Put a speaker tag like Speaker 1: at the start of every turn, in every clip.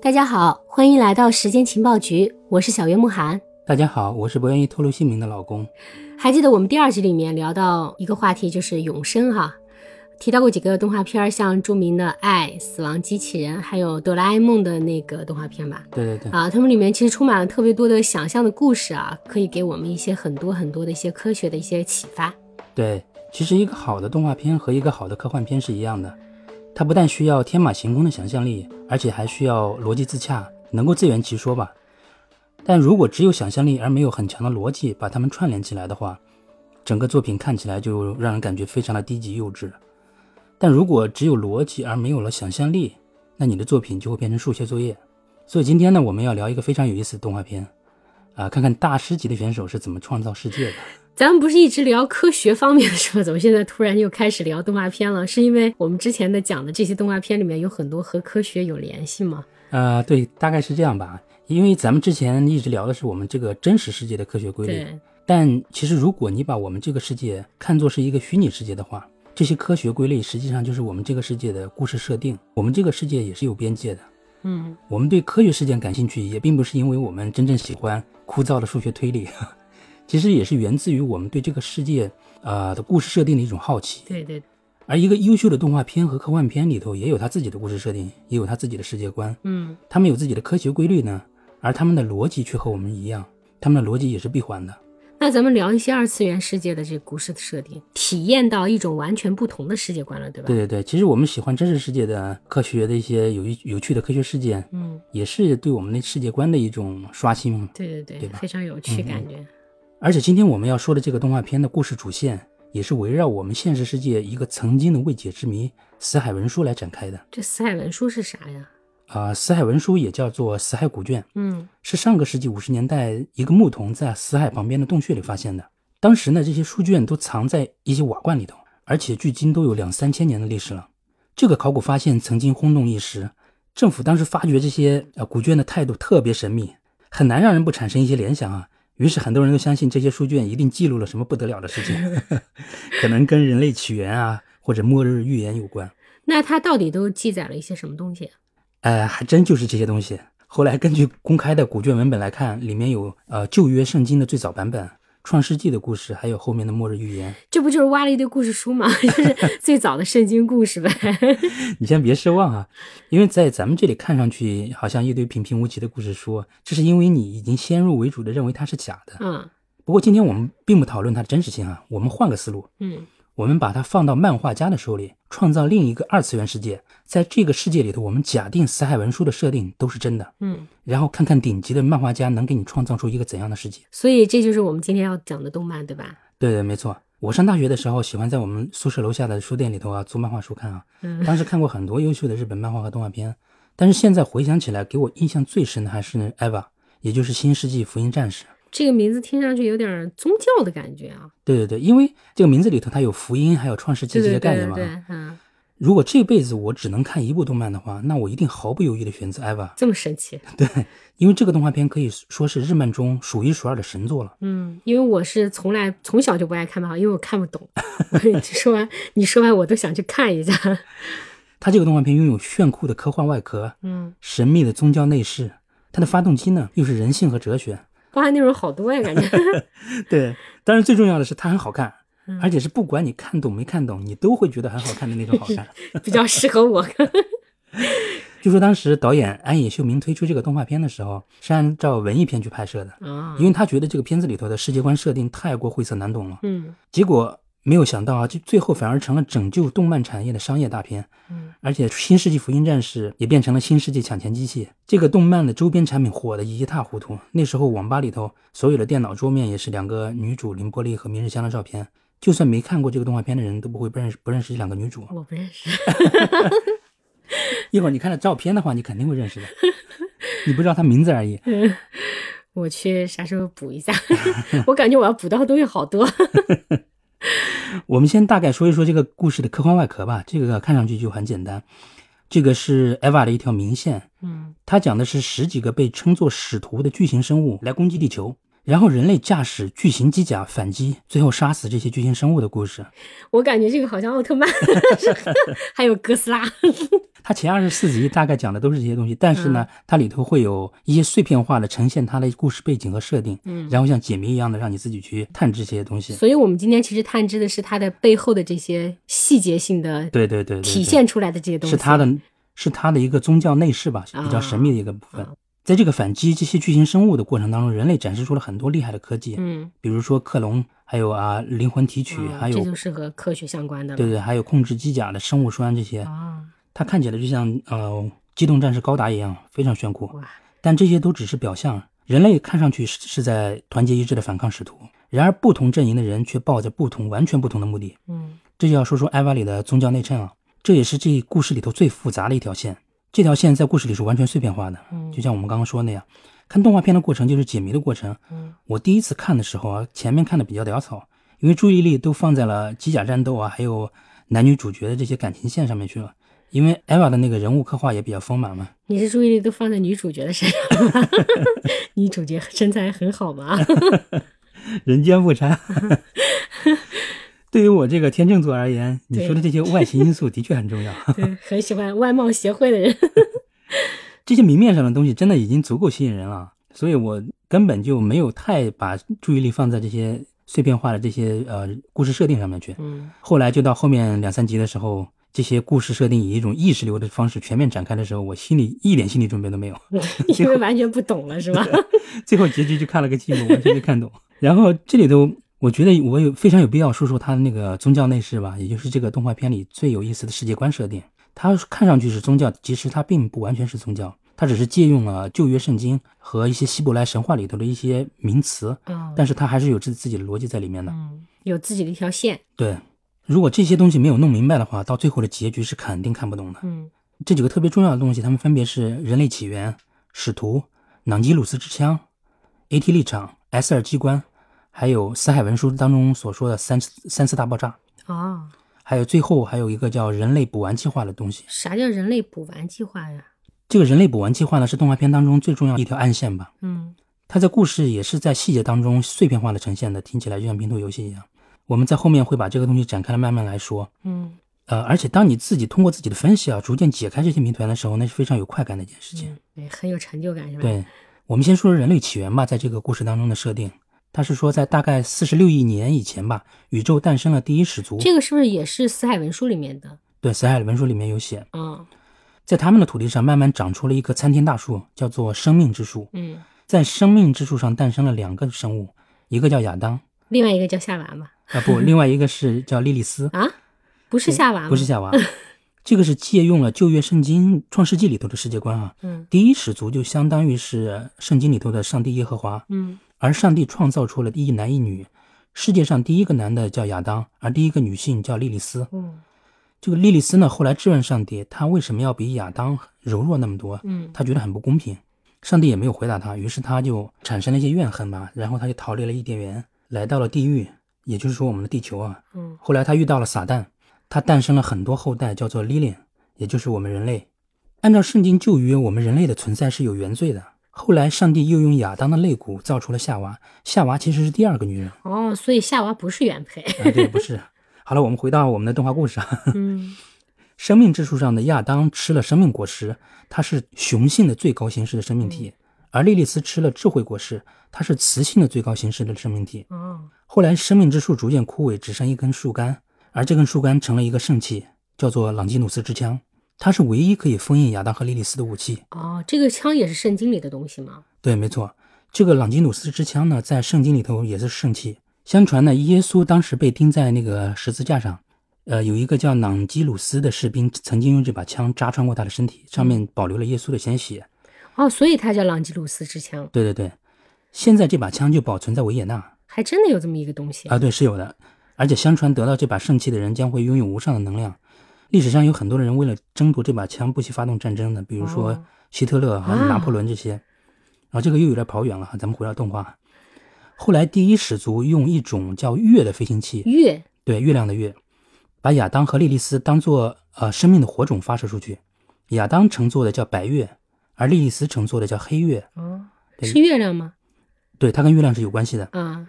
Speaker 1: 大家好，欢迎来到时间情报局，我是小月慕寒。
Speaker 2: 大家好，我是不愿意透露姓名的老公。
Speaker 1: 还记得我们第二集里面聊到一个话题，就是永生哈，提到过几个动画片儿，像著名的《爱》《死亡机器人》，还有《哆啦 A 梦》的那个动画片吧。
Speaker 2: 对对对，
Speaker 1: 啊，他们里面其实充满了特别多的想象的故事啊，可以给我们一些很多很多的一些科学的一些启发。
Speaker 2: 对，其实一个好的动画片和一个好的科幻片是一样的，它不但需要天马行空的想象力，而且还需要逻辑自洽，能够自圆其说吧。但如果只有想象力而没有很强的逻辑把它们串联起来的话，整个作品看起来就让人感觉非常的低级幼稚。但如果只有逻辑而没有了想象力，那你的作品就会变成数学作业。所以今天呢，我们要聊一个非常有意思的动画片，啊、看看大师级的选手是怎么创造世界的。
Speaker 1: 咱们不是一直聊科学方面的事吗？怎么现在突然又开始聊动画片了？是因为我们之前的讲的这些动画片里面有很多和科学有联系吗？
Speaker 2: 呃，对，大概是这样吧。因为咱们之前一直聊的是我们这个真实世界的科学规律，
Speaker 1: 对，
Speaker 2: 但其实如果你把我们这个世界看作是一个虚拟世界的话，这些科学规律实际上就是我们这个世界的故事设定。我们这个世界也是有边界的。
Speaker 1: 嗯，
Speaker 2: 我们对科学事件感兴趣，也并不是因为我们真正喜欢枯燥的数学推理， 其实也是源自于我们对这个世界呃的故事设定的一种好奇。
Speaker 1: 对对，
Speaker 2: 而一个优秀的动画片和科幻片里头也有它自己的故事设定，也有它自己的世界观。
Speaker 1: 嗯，
Speaker 2: 他们有自己的科学规律呢，而他们的逻辑却和我们一样，他们的逻辑也是闭环的。
Speaker 1: 那咱们聊一些二次元世界的这个故事的设定，体验到一种完全不同的世界观了，对吧？
Speaker 2: 对对对，其实我们喜欢真实世界的科学的一些有一有趣的科学事件，
Speaker 1: 嗯，
Speaker 2: 也是对我们的世界观的一种刷新嘛。
Speaker 1: 对对对，
Speaker 2: 对吧嗯
Speaker 1: 非常有趣感觉。
Speaker 2: 而且今天我们要说的这个动画片的故事主线，也是围绕我们现实世界一个曾经的未解之谜——死海文书来展开的。
Speaker 1: 这死海文书是啥呀？
Speaker 2: 啊、死海文书也叫做死海古卷，
Speaker 1: 嗯
Speaker 2: 是上个世纪五十年代一个牧童在死海旁边的洞穴里发现的。当时呢，这些书卷都藏在一些瓦罐里头，而且距今都有两三千年的历史了。这个考古发现曾经轰动一时，政府当时发掘这些呃古卷的态度特别神秘，很难让人不产生一些联想啊。于是很多人都相信这些书卷一定记录了什么不得了的事情， 可能跟人类起源啊或者末日预言有关。
Speaker 1: 那它到底都记载了一些什么东西啊？
Speaker 2: 呃，还真就是这些东西。后来根据公开的古卷文本来看，里面有呃旧约圣经的最早版本、创世纪的故事，还有后面的末日预言。
Speaker 1: 这不就是挖了一堆故事书吗？ 就是最早的圣经故事呗。
Speaker 2: 你先别失望啊，因为在咱们这里看上去好像一堆平平无奇的故事书，啊这是因为你已经先入为主的认为它是假的。
Speaker 1: 嗯
Speaker 2: 不过今天我们并不讨论它的真实性啊，我们换个思路，
Speaker 1: 嗯，
Speaker 2: 我们把它放到漫画家的手里，创造另一个二次元世界。在这个世界里头，我们假定死海文书的设定都是真的，
Speaker 1: 嗯，
Speaker 2: 然后看看顶级的漫画家能给你创造出一个怎样的世界。
Speaker 1: 所以这就是我们今天要讲的动漫，对吧？
Speaker 2: 对对，没错。我上大学的时候，喜欢在我们宿舍楼下的书店里头啊租漫画书看啊。
Speaker 1: 嗯
Speaker 2: 当时看过很多优秀的日本漫画和动画片，但是现在回想起来，给我印象最深的还是《EVA》，也就是《新世纪福音战士》。
Speaker 1: 这个名字听上去有点宗教的感觉啊。
Speaker 2: 对对对，因为这个名字里头它有福音，还有创世纪
Speaker 1: 对
Speaker 2: 这
Speaker 1: 对
Speaker 2: 些概
Speaker 1: 对
Speaker 2: 念
Speaker 1: 对
Speaker 2: 嘛。
Speaker 1: 对，嗯，
Speaker 2: 如果这辈子我只能看一部动漫的话，那我一定毫不犹豫地选择《EVA》，
Speaker 1: 这么神奇。
Speaker 2: 因为这个动画片可以说是日漫中数一数二的神作了。
Speaker 1: 嗯，因为我是从来从小就不爱看漫画，因为我看不懂。 你说完，你说完，我都想去看一下。
Speaker 2: 它这个动画片拥有炫酷的科幻外壳，
Speaker 1: 嗯，
Speaker 2: 神秘的宗教内饰，它的发动机呢又是人性和哲学。
Speaker 1: 包含内容好多呀，感觉。
Speaker 2: 对，当然最重要的是它很好看
Speaker 1: 嗯，
Speaker 2: 而且是不管你看懂没看懂，你都会觉得很好看的那种好看。
Speaker 1: 比较适合我。
Speaker 2: 据说当时导演安野秀明推出这个动画片的时候，是按照文艺片去拍摄的，
Speaker 1: 啊
Speaker 2: 因，为他觉得这个片子里头的世界观设定太过晦涩难懂了。
Speaker 1: 嗯
Speaker 2: 结果没有想到啊，就最后反而成了拯救动漫产业的商业大片。
Speaker 1: 嗯，
Speaker 2: 而且《新世纪福音战士》也变成了《新世纪抢钱机器》，这个动漫的周边产品火得一塌糊涂。那时候网吧里头所有的电脑桌面也是两个女主林波丽和明日香的照片，就算没看过这个动画片的人都不会不认识不认识这两个女主。
Speaker 1: 我不认识。
Speaker 2: 一会儿你看了照片的话，你肯定会认识的，你不知道她名字而已。
Speaker 1: 我去啥时候补一下？ 我感觉我要补到的东西好多。
Speaker 2: 我们先大概说一说这个故事的科幻外壳吧，这个看上去就很简单。这个是 EVA 的一条明线，
Speaker 1: 嗯
Speaker 2: 它讲的是十几个被称作使徒的巨型生物来攻击地球，然后人类驾驶巨型机甲反击，最后杀死这些巨型生物的故事。
Speaker 1: 我感觉这个好像奥特曼，还有哥斯拉。
Speaker 2: 它前二十四集大概讲的都是这些东西，但是呢，
Speaker 1: 嗯
Speaker 2: 它里头会有一些碎片化的呈现它的故事背景和设定，
Speaker 1: 嗯
Speaker 2: 然后像解谜一样的让你自己去探知这些东 西。
Speaker 1: 所以我们今天其实探知的是它的背后的这些细节性的
Speaker 2: 对对对对对，
Speaker 1: 体现出来的这些东西。
Speaker 2: 是他的，是他的一个宗教内饰吧，比较神秘的一个部分。
Speaker 1: 啊
Speaker 2: 在这个反击这些巨型生物的过程当中，人类展示出了很多厉害的科技，
Speaker 1: 嗯，
Speaker 2: 比如说克隆，还有啊灵魂提取，
Speaker 1: 嗯
Speaker 2: 还
Speaker 1: 这
Speaker 2: 有
Speaker 1: 就是和科学相关的了。
Speaker 2: 对对，还有控制机甲的生物栓这些，
Speaker 1: 啊，
Speaker 2: 它看起来就像呃机动战士高达一样，非常炫酷。
Speaker 1: 哇，
Speaker 2: 但这些都只是表象，人类看上去是是在团结一致的反抗使徒，然而不同阵营的人却抱着不同、完全不同的目的。
Speaker 1: 嗯
Speaker 2: 这就要说说艾娃里的宗教内衬啊，这也是这故事里头最复杂的一条线。这条线在故事里是完全碎片化的，
Speaker 1: 嗯，
Speaker 2: 就像我们刚刚说那样，看动画片的过程就是解谜的过程。
Speaker 1: 嗯
Speaker 2: 我第一次看的时候啊，前面看的比较潦草，因为注意力都放在了机甲战斗啊，还有男女主角的这些感情线上面去了。因为艾娃的那个人物刻画也比较丰满嘛，
Speaker 1: 你是注意力都放在女主角的身上了， 女主角身材很好 嘛？
Speaker 2: 人间不 差。对于我这个天秤座而言，你说的这些外形因素的确很重要。
Speaker 1: 对，很喜欢外貌协会的人。
Speaker 2: 这些明面上的东西真的已经足够吸引人了，所以我根本就没有太把注意力放在这些碎片化的这些呃故事设定上面去。
Speaker 1: 嗯
Speaker 2: 后来就到后面两三集的时候，这些故事设定以一种意识流的方式全面展开的时候，我心里一点心理准备都没有。
Speaker 1: 因为完全不懂了是 吧？
Speaker 2: 最后结局就看了个寂寞，完全没看懂。然后这里头，我觉得我有非常有必要说说它的那个宗教内饰吧，也就是这个动画片里最有意思的世界观设定。它看上去是宗教，其实它并不完全是宗教，它只是借用了旧约圣经和一些希伯来神话里头的一些名词，
Speaker 1: 啊，
Speaker 2: 但是它还是有自自己的逻辑在里面的。
Speaker 1: 嗯，有自己的一条线。
Speaker 2: 对，如果这些东西没有弄明白的话，到最后的结局是肯定看不懂的。
Speaker 1: 嗯
Speaker 2: 这几个特别重要的东西，它们分别是人类起源、使徒、朗基鲁斯之枪、AT 立场、S 二机关，还有死海文书当中所说的三次三次大爆炸，
Speaker 1: 啊，
Speaker 2: 还有最后还有一个叫人类补完计划的东西。
Speaker 1: 啥叫人类补完计划呀？
Speaker 2: 这个人类补完计划呢，是动画片当中最重要的一条暗线吧。
Speaker 1: 嗯
Speaker 2: 它在故事也是在细节当中碎片化的呈现的，听起来就像拼图游戏一样。我们在后面会把这个东西展开来慢慢来说。
Speaker 1: 嗯
Speaker 2: 呃，而且当你自己通过自己的分析啊，逐渐解开这些谜团的时候，那是非常有快感的一件事情。
Speaker 1: 嗯，对，很有成就感是吧？，
Speaker 2: 对，我们先说说人类起源吧，在这个故事当中的设定，它是说在大概四十六亿年以前吧，宇宙诞生了第一始祖。
Speaker 1: 这个是不是也是死海文书里面的？
Speaker 2: 对，死海文书里面有写，
Speaker 1: 啊，
Speaker 2: 在他们的土地上慢慢长出了一棵参天大树，叫做生命之树。
Speaker 1: 嗯，
Speaker 2: 在生命之树上诞生了两个生物，一个叫亚当
Speaker 1: 另外一个叫夏娃嘛？
Speaker 2: 啊 不，另外一个是叫莉莉丝，
Speaker 1: 啊，不是夏娃吗？
Speaker 2: 不是 夏娃。这个是借用了旧约圣经《创世纪》里头的世界观啊。
Speaker 1: 嗯
Speaker 2: 第一始祖就相当于是圣经里头的上帝耶和华，
Speaker 1: 嗯
Speaker 2: 而上帝创造出了一男一女。世界上第一个男的叫亚当，而第一个女性叫莉莉丝。
Speaker 1: 嗯
Speaker 2: 这个莉莉丝呢，后来质问上帝，她为什么要比亚当柔弱那么多？
Speaker 1: 嗯
Speaker 2: 她觉得很不公平。上帝也没有回答她，于是她就产生了一些怨恨嘛，然后她就逃离了伊甸园，来到了地狱，也就是说我们的地球啊。
Speaker 1: 嗯
Speaker 2: 后来她遇到了撒旦，她诞生了很多后代，叫做 Lilian，也就是我们人类。按照圣经旧约，我们人类的存在是有原罪的。后来，上帝又用亚当的肋骨造出了夏娃，夏娃其实是第二个女人啊，
Speaker 1: 哦，所以夏娃不是原配。
Speaker 2: 对，不是。好了，我们回到我们的动画故事啊。
Speaker 1: 嗯
Speaker 2: 生命之树上的亚当吃了生命果实，它是雄性的最高形式的生命体；而莉莉丝吃了智慧果实，它是雌性的最高形式的生命体。
Speaker 1: 哦
Speaker 2: 后来，生命之树逐渐枯萎，只剩一根树干，而这根树干成了一个圣器，叫做朗基努斯之枪。它是唯一可以封印亚当和莉莉丝的武器。
Speaker 1: 哦，这个枪也是圣经里的东西吗？
Speaker 2: 对，没错，这个朗基努斯之枪呢，在圣经里头也是圣器。相传呢，耶稣当时被钉在那个十字架上，呃，有一个叫朗基鲁斯的士兵曾经用这把枪扎穿过他的身体，上面保留了耶稣的鲜血。
Speaker 1: 哦，所以它叫朗基鲁斯之枪，
Speaker 2: 对对对，现在这把枪就保存在维也纳。
Speaker 1: 还真的有这么一个东西。
Speaker 2: 啊，对，是有的。而且相传得到这把圣器的人将会拥有无上的能量。历史上有很多人为了争夺这把枪，不惜发动战争的，比如说
Speaker 1: 哦
Speaker 2: 希特勒和
Speaker 1: 啊
Speaker 2: 拿破仑这些。然后这个又有点跑远了，咱们回到动画。后来第一始祖用一种叫月的飞行器，
Speaker 1: 月，
Speaker 2: 对，月亮的月，把亚当和莉莉丝当做呃生命的火种发射出去。亚当乘坐的叫白月，而莉莉丝乘坐的叫黑月。
Speaker 1: 哦，
Speaker 2: 对
Speaker 1: 是月亮吗？
Speaker 2: 对，它跟月亮是有关系的。
Speaker 1: 啊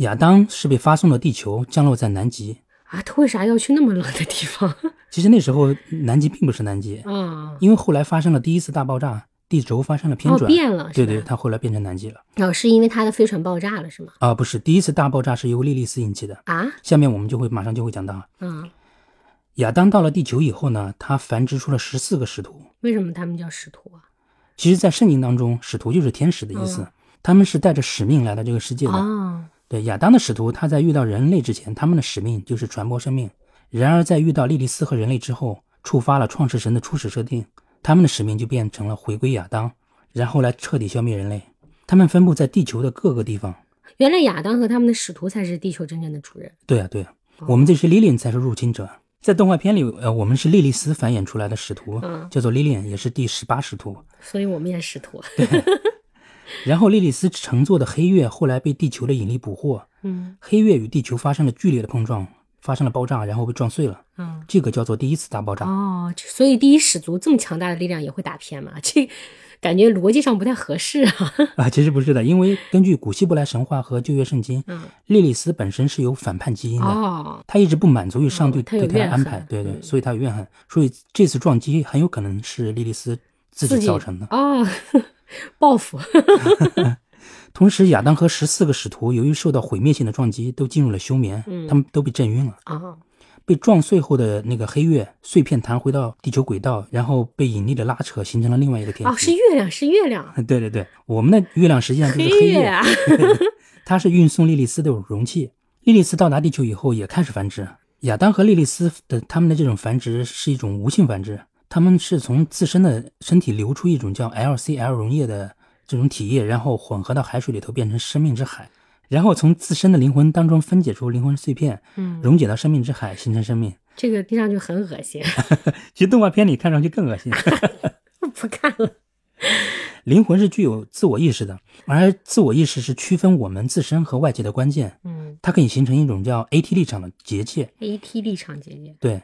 Speaker 2: 亚当是被发送到地球，降落在南极。
Speaker 1: 啊，他为啥要去那么冷的地方？
Speaker 2: 其实那时候南极并不是南极，
Speaker 1: 啊，
Speaker 2: 因为后来发生了第一次大爆炸，地轴发生了偏
Speaker 1: 哦，
Speaker 2: 转，
Speaker 1: 变了，是
Speaker 2: 对
Speaker 1: 吧
Speaker 2: 对，，它后来变成南极了。
Speaker 1: 哦，是因为他的飞船爆炸了，是吗？
Speaker 2: 啊、不是，第一次大爆炸是由莉莉丝引起的。
Speaker 1: 啊，
Speaker 2: 下面我们就会马上就会讲到啊，
Speaker 1: 啊，
Speaker 2: 亚当到了地球以后呢，他繁殖出了十四个使徒。
Speaker 1: 为什么他们叫使徒啊？
Speaker 2: 其实，在圣经当中，使徒就是天使的意思，他们是带着使命来到这个世界的。
Speaker 1: 嗯哦，
Speaker 2: 对，亚当的使徒，他在遇到人类之前，他们的使命就是传播生命。然而，在遇到莉莉丝和人类之后，触发了创世神的初始设定，他们的使命就变成了回归亚当，然后来彻底消灭人类。他们分布在地球的各个地方。
Speaker 1: 原来亚当和他们的使徒才是地球真正的主人。
Speaker 2: 对啊，对啊，
Speaker 1: 哦
Speaker 2: 我们这些 Lilian 才是入侵者。在动画片里，呃，我们是莉莉丝繁衍出来的使徒，
Speaker 1: 嗯
Speaker 2: 叫做 Lilian，也是第十八使徒。
Speaker 1: 所以我们也使徒。
Speaker 2: 然后，莉莉丝乘坐的黑月后来被地球的引力捕获，
Speaker 1: 嗯
Speaker 2: 黑月与地球发生了剧烈的碰撞，发生了爆炸，然后被撞碎了。
Speaker 1: 嗯。
Speaker 2: 这个叫做第一次大爆炸。
Speaker 1: 哦，这所以第一始族这么强大的力量也会打偏嘛？这感觉逻辑上不太合适啊。
Speaker 2: 啊，其实不是的，因为根据古希伯来神话和旧约圣经，
Speaker 1: 嗯
Speaker 2: 莉莉丝本身是有反叛基因的，
Speaker 1: 哦，
Speaker 2: 她一直不满足于上帝
Speaker 1: 哦她有
Speaker 2: 对她的
Speaker 1: 怨
Speaker 2: 安排，
Speaker 1: 恨
Speaker 2: 对对，
Speaker 1: 嗯
Speaker 2: 所以她有怨恨，所以这次撞击很有可能是莉莉丝自己造成的。
Speaker 1: 哦， 报复。
Speaker 2: 同时，亚当和十四个使徒由于受到毁灭性的撞击，都进入了休眠，
Speaker 1: 嗯
Speaker 2: 他们都被震晕了。
Speaker 1: 啊
Speaker 2: 被撞碎后的那个黑月碎片弹回到地球轨道，然后被引力的拉扯，形成了另外一个天
Speaker 1: 哦，是
Speaker 2: 体。
Speaker 1: 月亮，是月亮，
Speaker 2: 对对对，我们的月亮实际上就是
Speaker 1: 黑
Speaker 2: 黑
Speaker 1: 啊，
Speaker 2: 它是运送莉莉丝的容器。莉莉丝到达地球以后也开始繁殖。亚当和莉莉丝的他们的这种繁殖是一种无性繁殖，他们是从自身的身体流出一种叫 LCL 溶液的这种体液，然后混合到海水里头变成生命之海，然后从自身的灵魂当中分解出灵魂碎片，
Speaker 1: 嗯，
Speaker 2: 溶解到生命之海，形成生命。
Speaker 1: 这个听上去很恶心，
Speaker 2: 其实动画片里看上去更恶心。
Speaker 1: 不看了。
Speaker 2: 灵魂是具有自我意识的，而自我意识是区分我们自身和外界的关键，
Speaker 1: 嗯
Speaker 2: 它可以形成一种叫 AT 立场的结界。
Speaker 1: ，AT 立场姐姐，
Speaker 2: 对，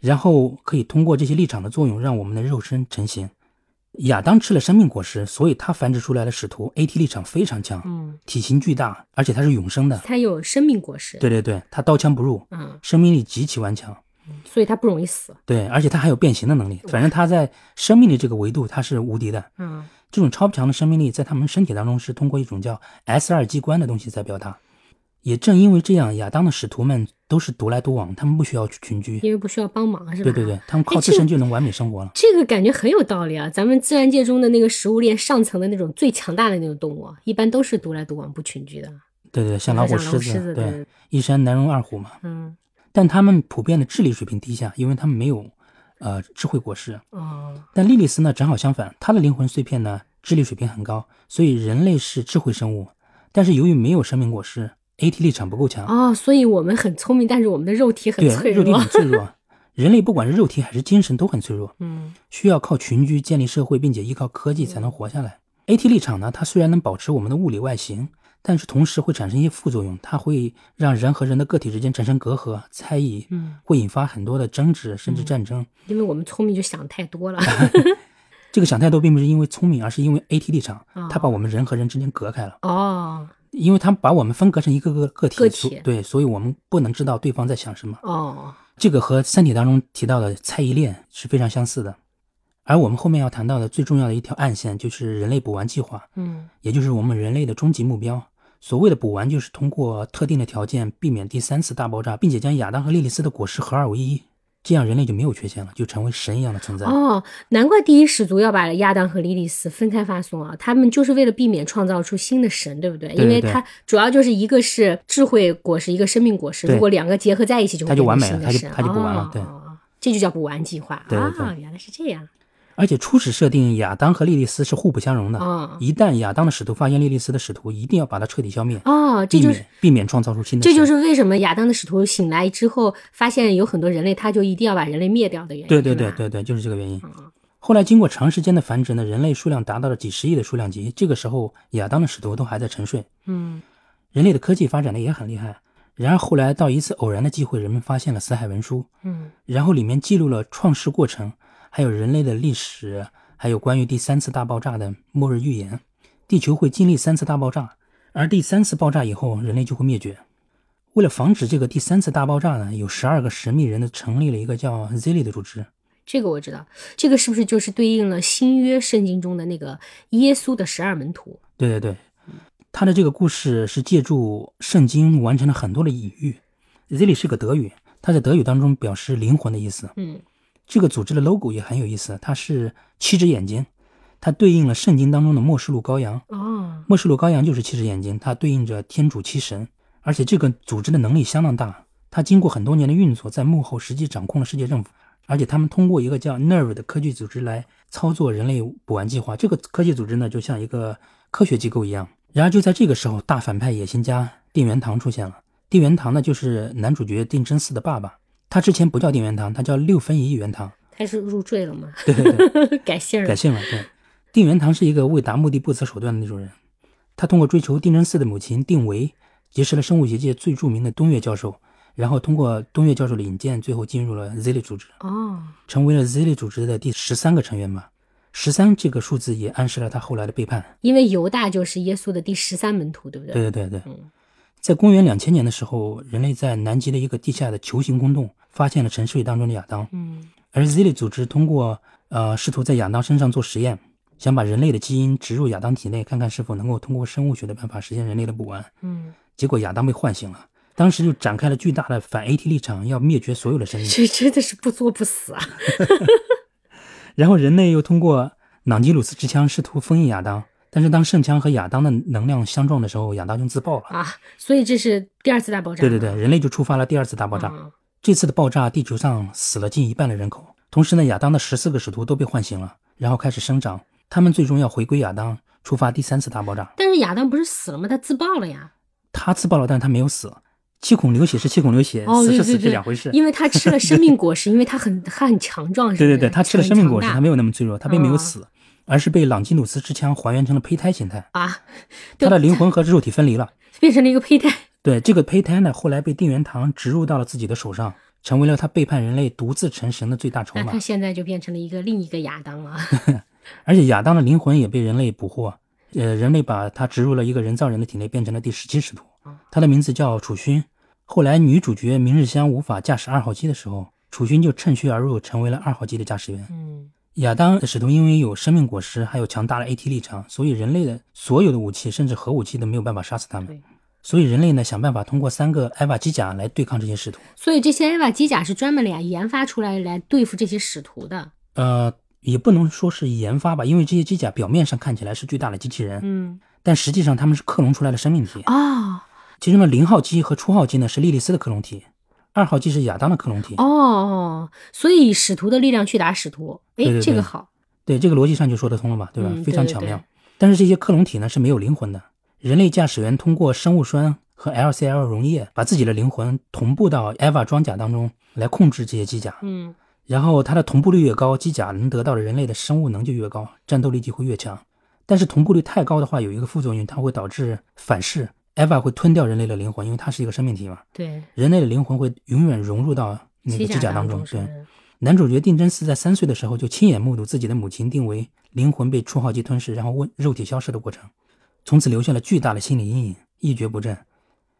Speaker 2: 然后可以通过这些立场的作用，让我们的肉身成型。亚当吃了生命果实，所以他繁殖出来的使徒 AT 立场非常强，
Speaker 1: 嗯，
Speaker 2: 体型巨大，而且它是永生的。
Speaker 1: 它有生命果实，
Speaker 2: 对对对，它刀枪不入，
Speaker 1: 嗯，
Speaker 2: 生命力极其顽强。
Speaker 1: 所以它不容易死，
Speaker 2: 对，而且它还有变形的能力。反正它在生命力这个维度，它是无敌的。
Speaker 1: 嗯，
Speaker 2: 这种超强的生命力在他们身体当中是通过一种叫 S 二机关的东西在表达。也正因为这样，亚当的使徒们都是独来独往，他们不需要群居。
Speaker 1: 因为不需要帮忙，是吧？
Speaker 2: 对对对，他们靠
Speaker 1: 哎
Speaker 2: 自
Speaker 1: 这
Speaker 2: 身就能完美生活了。
Speaker 1: 这个感觉很有道理啊！咱们自然界中的那个食物链上层的那种最强大的那种动物啊，一般都是独来独往、不群居的。
Speaker 2: 对对，像老虎、
Speaker 1: 像老虎
Speaker 2: 狮
Speaker 1: 狮子对
Speaker 2: 对，一山难容二虎嘛。
Speaker 1: 嗯，
Speaker 2: 但他们普遍的智力水平低下，因为他们没有呃智慧果实。
Speaker 1: 哦，
Speaker 2: 但莉莉丝呢，正好相反，她的灵魂碎片呢，智力水平很高，所以人类是智慧生物。但是由于没有生命果实，AT 力场不够强，
Speaker 1: 哦，所以我们很聪明，但是我们的肉体很
Speaker 2: 对
Speaker 1: 脆
Speaker 2: 肉体
Speaker 1: 弱。
Speaker 2: 很 脆弱。人类不管是肉体还是精神都很脆弱，
Speaker 1: 嗯
Speaker 2: 需要靠群居建立社会，并且依靠科技才能活下来。AT 立场呢，它虽然能保持我们的物理外形，但是同时会产生一些副作用，它会让人和人的个体之间产生隔阂、猜疑，
Speaker 1: 嗯，
Speaker 2: 会引发很多的争执，甚至战争。
Speaker 1: 因为我们聪明就想太多 了。
Speaker 2: 这个想太多，并不是因为聪明，而是因为 AT 立场
Speaker 1: 哦，
Speaker 2: 它把我们人和人之间隔开了，
Speaker 1: 哦
Speaker 2: 因为它把我们分隔成一个个个体，
Speaker 1: 个体
Speaker 2: 所对，所以我们不能知道对方在想什么。
Speaker 1: 哦，
Speaker 2: 这个和《三体》当中提到的猜疑链是非常相似的。而我们后面要谈到的最重要的一条暗线，就是人类补完计划，
Speaker 1: 嗯
Speaker 2: 也就是我们人类的终极目标。所谓的补完，就是通过特定的条件避免第三次大爆炸，并且将亚当和莉莉丝的果实合二为一，这样人类就没有缺陷了，就成为神一样的存在。
Speaker 1: 哦，难怪第一始族要把亚当和莉莉丝分开发送啊！他们就是为了避免创造出新的神，对不对？
Speaker 2: 对
Speaker 1: 因为
Speaker 2: 对
Speaker 1: 它主要就是一个是智慧果实，一个生命果实。
Speaker 2: 对
Speaker 1: 如果两个结合在一起，就会
Speaker 2: 它就
Speaker 1: 变
Speaker 2: 完
Speaker 1: 成
Speaker 2: 美
Speaker 1: 新
Speaker 2: 了它
Speaker 1: 的
Speaker 2: 就
Speaker 1: 神
Speaker 2: 它就补完了
Speaker 1: 哦
Speaker 2: 对
Speaker 1: 哦哦这就叫补完计划
Speaker 2: 对对对
Speaker 1: 啊！原来是这样
Speaker 2: 而且初始设定亚当和莉莉丝是互不相容的。
Speaker 1: 哦
Speaker 2: 一旦亚当的使徒发现莉莉丝的使徒，一定要把它彻底消灭，
Speaker 1: 哦，这
Speaker 2: 避
Speaker 1: 就是
Speaker 2: 免避免创造出新的
Speaker 1: 这
Speaker 2: 神。
Speaker 1: 就是为什么亚当的使徒醒来之后，发现有很多人类，他就一定要把人类灭掉的原因。
Speaker 2: 对对对
Speaker 1: 是吧，
Speaker 2: 对对，就是这个原因。
Speaker 1: 嗯
Speaker 2: 后来经过长时间的繁殖呢，人类数量达到了几十亿的数量级。这个时候，亚当的使徒都还在沉睡。
Speaker 1: 嗯
Speaker 2: 人类的科技发展的也很厉害。然而后来到一次偶然的机会，人们发现了死海文书，
Speaker 1: 嗯
Speaker 2: 然后里面记录了创世过程，还有人类的历史，还有关于第三次大爆炸的末日预言。地球会经历三次大爆炸，而第三次爆炸以后，人类就会灭绝。为了防止这个第三次大爆炸呢，有十二个神秘人呢成立了一个叫 Zilli 的组织。
Speaker 1: 这个我知道，这个是不是就是对应了新约圣经中的那个耶稣的十二门徒？
Speaker 2: 对对对，他的这个故事是借助圣经完成了很多的隐喻。Zilli 是个德语，它在德语当中表示灵魂的意思。
Speaker 1: 嗯，
Speaker 2: 这个组织的 logo 也很有意思，它是七只眼睛，它对应了圣经当中的末世录羔羊。
Speaker 1: 哦，
Speaker 2: 末世录羔羊就是七只眼睛，它对应着天主七神，而且这个组织的能力相当大。它经过很多年的运作，在幕后实际掌控了世界政府，而且他们通过一个叫 NERV 的科技组织来操作人类补完计划。这个科技组织呢，就像一个科学机构一样。然而就在这个时候，大反派野心家定元堂出现了。定元堂呢，就是男主角定真寺的爸爸。他之前不叫定元堂，他叫六分仪元堂。
Speaker 1: 他是入赘了吗？
Speaker 2: 对对对，
Speaker 1: 改姓儿
Speaker 2: 改
Speaker 1: 了。
Speaker 2: 姓了。对，定元堂是一个为达目的不择手段的那种人。他通过追求定真寺的母亲定维，结识了生物学界最著名的东岳教授，然后通过东岳教授的引荐，最后进入了 Zilli 组织，
Speaker 1: 哦，
Speaker 2: 成为了 Zilli 组织的第十三个成员吧。十三这个数字也暗示了他后来的背叛。
Speaker 1: 因为犹大就是耶稣的第十三门徒，对不对？
Speaker 2: 对对对对，
Speaker 1: 嗯
Speaker 2: 在公元两千年的时候，人类在南极的一个地下的球形空洞发现了沉睡当中的亚当。
Speaker 1: 嗯
Speaker 2: 而 Zilli 组织通过呃试图在亚当身上做实验，想把人类的基因植入亚当体内，看看是否能够通过生物学的办法实现人类的补完。
Speaker 1: 嗯，
Speaker 2: 结果亚当被唤醒了，当时就展开了巨大的反 AT 立场，要灭绝所有的生命。
Speaker 1: 这真的是不作不死啊！
Speaker 2: 然后人类又通过朗基鲁斯之枪试图封印亚当，但是当圣枪和亚当的能量相撞的时候，亚当就自爆了。
Speaker 1: 啊，所以这是第二次大爆炸。
Speaker 2: 对对对，人类就触发了第二次大爆炸。
Speaker 1: 啊
Speaker 2: 这次的爆炸，地球上死了近一半的人口。同时呢，亚当的十四个使徒都被唤醒了，然后开始生长。他们最终要回归亚当，触发第三次大爆炸。
Speaker 1: 但是亚当不是死了吗？他自爆了呀，
Speaker 2: 他自爆了，但是他没有死。气孔流血是气孔流血，
Speaker 1: 哦
Speaker 2: 呃死
Speaker 1: 对
Speaker 2: 是
Speaker 1: 对
Speaker 2: 死，这
Speaker 1: 对
Speaker 2: 两回事。
Speaker 1: 因为他吃了生命果实，因为他很他很强壮，是
Speaker 2: 对
Speaker 1: 不
Speaker 2: 对
Speaker 1: 是
Speaker 2: 对，他吃了
Speaker 1: 很
Speaker 2: 生命果实，
Speaker 1: 强大
Speaker 2: 他没有那么脆弱，他并没有
Speaker 1: 哦
Speaker 2: 死，而是被朗基努斯之枪还原成了胚胎形态，
Speaker 1: 啊，
Speaker 2: 他的灵魂和肉体分离了。
Speaker 1: 变成了一个胚胎。
Speaker 2: 对这个胚胎呢，后来被定元堂植入到了自己的手上，成为了他背叛人类、独自成神的最大筹
Speaker 1: 那
Speaker 2: 码
Speaker 1: 他。现在就变成了一个另一个亚当 了。
Speaker 2: 而且亚当的灵魂也被人类捕获，呃，人类把它植入了一个人造人的体内，变成了第十七使徒
Speaker 1: 啊。
Speaker 2: 他的名字叫楚勋。后来女主角明日香无法驾驶二号机的时候，楚勋就趁虚而入，成为了二号机的驾驶员。
Speaker 1: 嗯，
Speaker 2: 亚当的使徒因为有生命果实，还有强大的 AT 立场，所以人类的所有的武器，甚至核武器都没有办法杀死他们
Speaker 1: 对。
Speaker 2: 所以人类呢，想办法通过三个埃瓦机甲来对抗这些使徒。
Speaker 1: 所以这些 EVA 机甲是专门俩研发出来来对付这些使徒的。
Speaker 2: 呃，也不能说是研发吧，因为这些机甲表面上看起来是巨大的机器人，
Speaker 1: 嗯，
Speaker 2: 但实际上他们是克隆出来的生命体。
Speaker 1: 哦
Speaker 2: 其中的零号机和初号机呢是莉莉丝的克隆体，二号机是亚当的克隆体。
Speaker 1: 哦，所以以使徒的力量去打使徒，哎
Speaker 2: 对对，对
Speaker 1: 这个好。
Speaker 2: 对，这个逻辑上就说得通了嘛，对吧？
Speaker 1: 嗯
Speaker 2: 非常
Speaker 1: 对对
Speaker 2: 巧
Speaker 1: 对
Speaker 2: 妙。但是这些克隆体呢是没有灵魂的，人类驾驶员通过生物栓和 LCL 溶液把自己的灵魂同步到 EVA 装甲当中来控制这些机甲，
Speaker 1: 嗯，
Speaker 2: 然后它的同步率越高，机甲能得到的人类的生物能就越高，战斗力就会越强。但是同步率太高的话，有一个副作用，它会导致反噬，EVA 会吞掉人类的灵魂，因为它是一个生命体嘛。
Speaker 1: 对，
Speaker 2: 人类的灵魂会永远融入到那个
Speaker 1: 机
Speaker 2: 机甲当中。
Speaker 1: 中是不
Speaker 2: 对，
Speaker 1: 是
Speaker 2: 男主角定真寺在三岁的时候就亲眼目睹自己的母亲定为灵魂被初号机吞噬，然后问肉体消失的过程，从此留下了巨大的心理阴影，一蹶不振。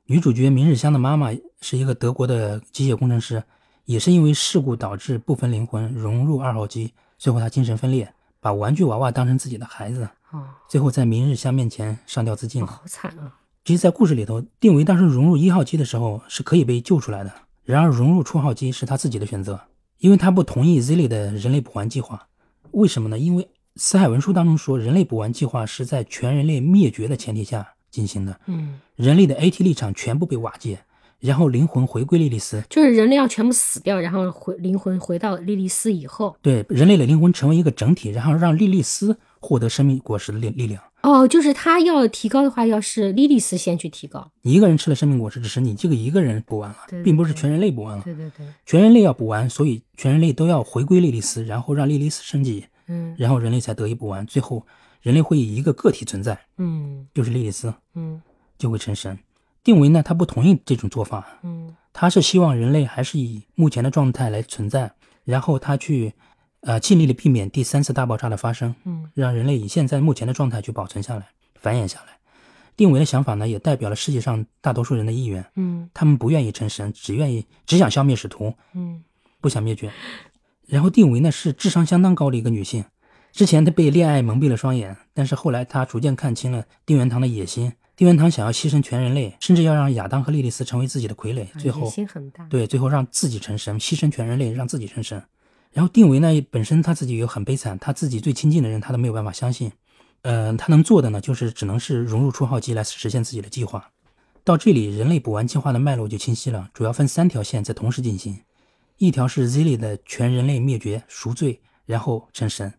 Speaker 2: 女主角明日香的妈妈是一个德国的机械工程师，也是因为事故导致部分灵魂融入二号机，最后她精神分裂，把玩具娃娃当成自己的孩子，
Speaker 1: 哦，
Speaker 2: 最后在明日香面前上吊自尽了。
Speaker 1: 好惨啊！
Speaker 2: 其实，在故事里头，定维当时融入一号机的时候是可以被救出来的，然而融入初号机是他自己的选择，因为他不同意 Zilli 的人类补完计划。为什么呢？因为死海文书当中说，人类补完计划是在全人类灭绝的前提下进行的，
Speaker 1: 嗯，
Speaker 2: 人类的 AT 立场全部被瓦解，然后灵魂回归莉莉丝，
Speaker 1: 就是人类要全部死掉，然后回灵魂回到莉莉丝以后，
Speaker 2: 对人类的灵魂成为一个整体，然后让莉莉丝获得生命果实的力力量。
Speaker 1: 哦，就是他要提高的话，要是莉莉丝先去提高。
Speaker 2: 你一个人吃了生命果实，只是你这个一个人补完了
Speaker 1: 对，对
Speaker 2: 并不是
Speaker 1: 对
Speaker 2: 全人类补完了。
Speaker 1: 对对，
Speaker 2: 全人类要补完，所以全人类都要回归莉莉丝，然后让莉莉丝升级，
Speaker 1: 嗯
Speaker 2: 然后人类才得以补完。最后，人类会以一个个体存在，
Speaker 1: 嗯
Speaker 2: 就是莉莉丝，
Speaker 1: 嗯
Speaker 2: 就会成神。定维呢，他不同意这种做法，
Speaker 1: 嗯
Speaker 2: 他是希望人类还是以目前的状态来存在，然后他去，呃，尽力的避免第三次大爆炸的发生，
Speaker 1: 嗯
Speaker 2: 让人类以现在目前的状态去保存下来、繁衍下来。定为的想法呢，也代表了世界上大多数人的意愿。
Speaker 1: 嗯
Speaker 2: 他们不愿意成神，只愿意只想消灭使徒，
Speaker 1: 嗯
Speaker 2: 不想灭绝。然后定维呢是智商相当高的一个女性，之前她被恋爱蒙蔽了双眼，但是后来她逐渐看清了定元堂的野心。定元堂想要牺牲全人类，甚至要让亚当和莉莉丝成为自己的傀儡，
Speaker 1: 啊
Speaker 2: 最后
Speaker 1: 野心很大。
Speaker 2: 对，最后让自己成神，牺牲全人类，让自己成神。然后定维呢，本身他自己也很悲惨，他自己最亲近的人，他都没有办法相信。嗯、他能做的呢，就是只能是融入初号机来实现自己的计划。到这里，人类补完计划的脉络就清晰了，主要分三条线在同时进行，一条是 Zilli 的全人类灭绝、赎罪，然后成神；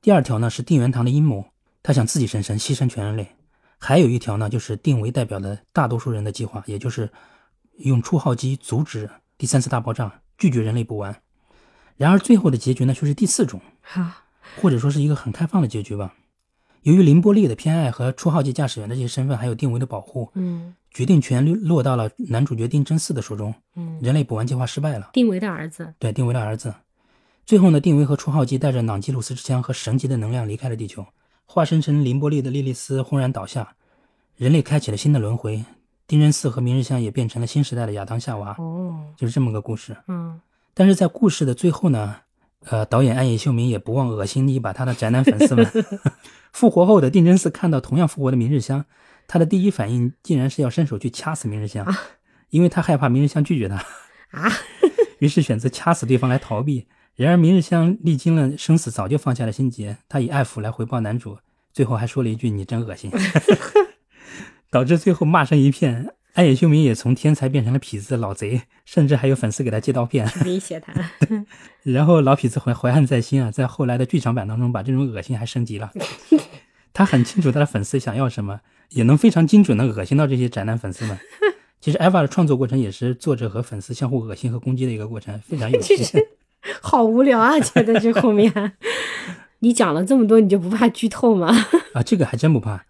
Speaker 2: 第二条呢是定元堂的阴谋，他想自己成神，牺牲全人类；还有一条呢，就是定为代表的大多数人的计划，也就是用初号机阻止第三次大爆炸，拒绝人类补完。然而最后的结局呢，却是第四种，
Speaker 1: 好，
Speaker 2: 或者说是一个很开放的结局吧。由于林波利的偏爱和初号机驾驶员的这些身份，还有定维的保护，
Speaker 1: 嗯
Speaker 2: 决定权落到了男主角丁真嗣的手中。
Speaker 1: 嗯，
Speaker 2: 人类补完计划失败了，
Speaker 1: 定维的儿子，
Speaker 2: 对定维的儿子。最后呢，定维和初号机带着朗基鲁斯之枪和神级的能量离开了地球，化身成林波利的莉莉丝轰然倒下，人类开启了新的轮回。丁真嗣和明日香也变成了新时代的亚当夏娃。
Speaker 1: 哦，
Speaker 2: 就是这么个故事。
Speaker 1: 嗯，
Speaker 2: 但是在故事的最后呢，呃，导演安野秀明也不忘恶心一把他的宅男粉丝们。复活后的定真寺看到同样复活的明日香，他的第一反应竟然是要伸手去掐死明日香，因为他害怕明日香拒绝他，
Speaker 1: 啊，
Speaker 2: 于是选择掐死对方来逃避。然而明日香历经了生死，早就放下了心结，他以爱抚来回报男主，最后还说了一句“你真恶心”，导致最后骂声一片。安野秀明也从天才变成了痞子、老贼，甚至还有粉丝给他寄刀片。
Speaker 1: 威胁他，
Speaker 2: 然后老痞子怀怀恨在心啊，在后来的剧场版当中，把这种恶心还升级了。他很清楚他的粉丝想要什么，也能非常精准的恶心到这些宅男粉丝们。其实 EVA 的创作过程也是作者和粉丝相互恶心和攻击的一个过程，非常有趣。
Speaker 1: 好无聊啊！觉得这后面， 你讲了这么多，你就不怕剧透吗？
Speaker 2: 啊，这个还真不怕。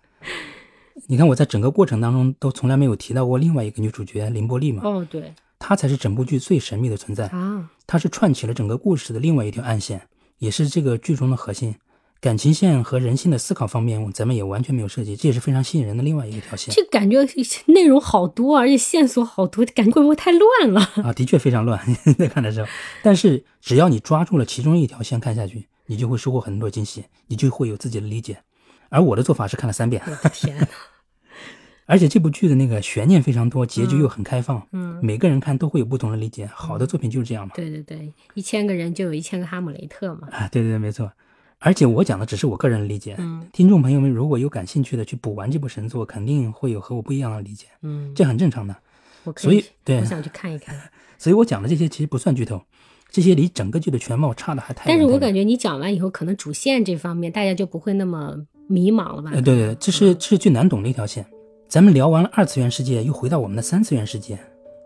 Speaker 2: 你看我在整个过程当中都从来没有提到过另外一个女主角林波丽嘛，
Speaker 1: 哦，对
Speaker 2: 她才是整部剧最神秘的存在。
Speaker 1: 啊，
Speaker 2: 它是串起了整个故事的另外一条暗线，也是这个剧中的核心。感情线和人性的思考方面，咱们也完全没有涉及，这也是非常吸引人的另外一条线
Speaker 1: 这感觉内容好多，而且线索好多，感觉会不会太乱了？
Speaker 2: 啊，的确非常乱。 你在看的时候，但是只要你抓住了其中一条线看下去，你就会收获很多惊喜，你就会有自己的理解。而我的做法是看了三遍，
Speaker 1: 我的 天呐，
Speaker 2: 而且这部剧的那个悬念非常多，结局又很开放，
Speaker 1: 嗯，
Speaker 2: 每个人看都会有不同的理解。好的作品就是这样嘛。
Speaker 1: 对对对，一千个人就有一千个哈姆雷特嘛。
Speaker 2: 啊，对对对，没错。而且我讲的只是我个人的理解，
Speaker 1: 嗯
Speaker 2: 听众朋友们如果有感兴趣的去补完这部神作，肯定会有和我不一样的理解，
Speaker 1: 嗯，
Speaker 2: 这很正常的。
Speaker 1: 我可
Speaker 2: 所以对
Speaker 1: 我想去看一看。
Speaker 2: 所以我讲的这些其实不算剧透，这些离整个剧的全貌差的还太
Speaker 1: 但
Speaker 2: 远太远。
Speaker 1: 是我感觉你讲完以后，可能主线这方面大家就不会那么迷茫了吧？
Speaker 2: 呃，对对，对这是这是最难懂的一条线。咱们聊完了二次元世界，又回到我们的三次元世界。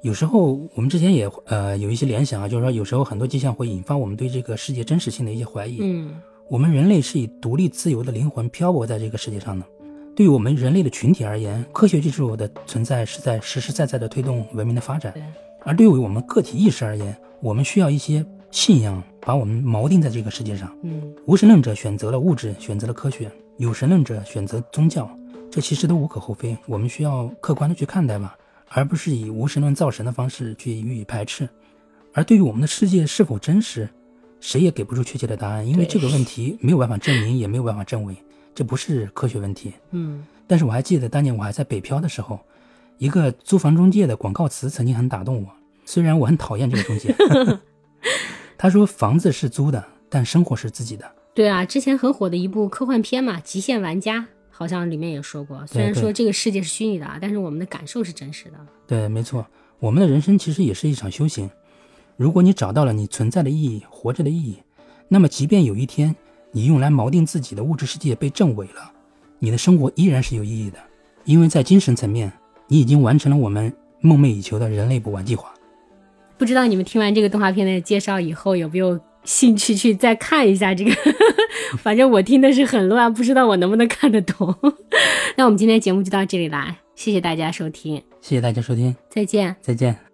Speaker 2: 有时候我们之前也呃有一些联想啊，就是说有时候很多迹象会引发我们对这个世界真实性的一些怀疑。
Speaker 1: 嗯
Speaker 2: 我们人类是以独立自由的灵魂漂泊在这个世界上的。对于我们人类的群体而言，科学技术的存在是在实实在在地推动文明的发展
Speaker 1: 对；
Speaker 2: 而对于我们个体意识而言，我们需要一些信仰把我们锚定在这个世界上。
Speaker 1: 嗯
Speaker 2: 无神论者选择了物质，选择了科学；有神论者选择宗教。这其实都无可厚非，我们需要客观的去看待吧，而不是以无神论造神的方式去予以排斥。而对于我们的世界是否真实，谁也给不出确切的答案，因为
Speaker 1: 对
Speaker 2: 这个问题没有办法证明，也没有办法证伪，这不是科学问题。
Speaker 1: 嗯
Speaker 2: 但是我还记得当年我还在北漂的时候，一个租房中介的广告词曾经很打动我。虽然我很讨厌这个中介，他说房子是租的，但生活是自己的。
Speaker 1: 对啊，之前很火的一部科幻片嘛，《极限玩家》，好像里面也说过，虽然
Speaker 2: 对
Speaker 1: 说这个世界是虚拟的啊，但是我们的感受是真实的。
Speaker 2: 对，没错，我们的人生其实也是一场修行。如果你找到了你存在的意义、活着的意义，那么即便有一天你用来锚定自己的物质世界被证伪了，你的生活依然是有意义的，因为在精神层面，你已经完成了我们梦寐以求的人类补完计划。
Speaker 1: 不知道你们听完这个动画片的介绍以后，有没有兴趣去再看一下这个？ 反正我听的是很乱，不知道我能不能看得懂。 那我们今天节目就到这里啦，谢谢大家收听，
Speaker 2: 谢谢大家收听，
Speaker 1: 再见。
Speaker 2: 再见。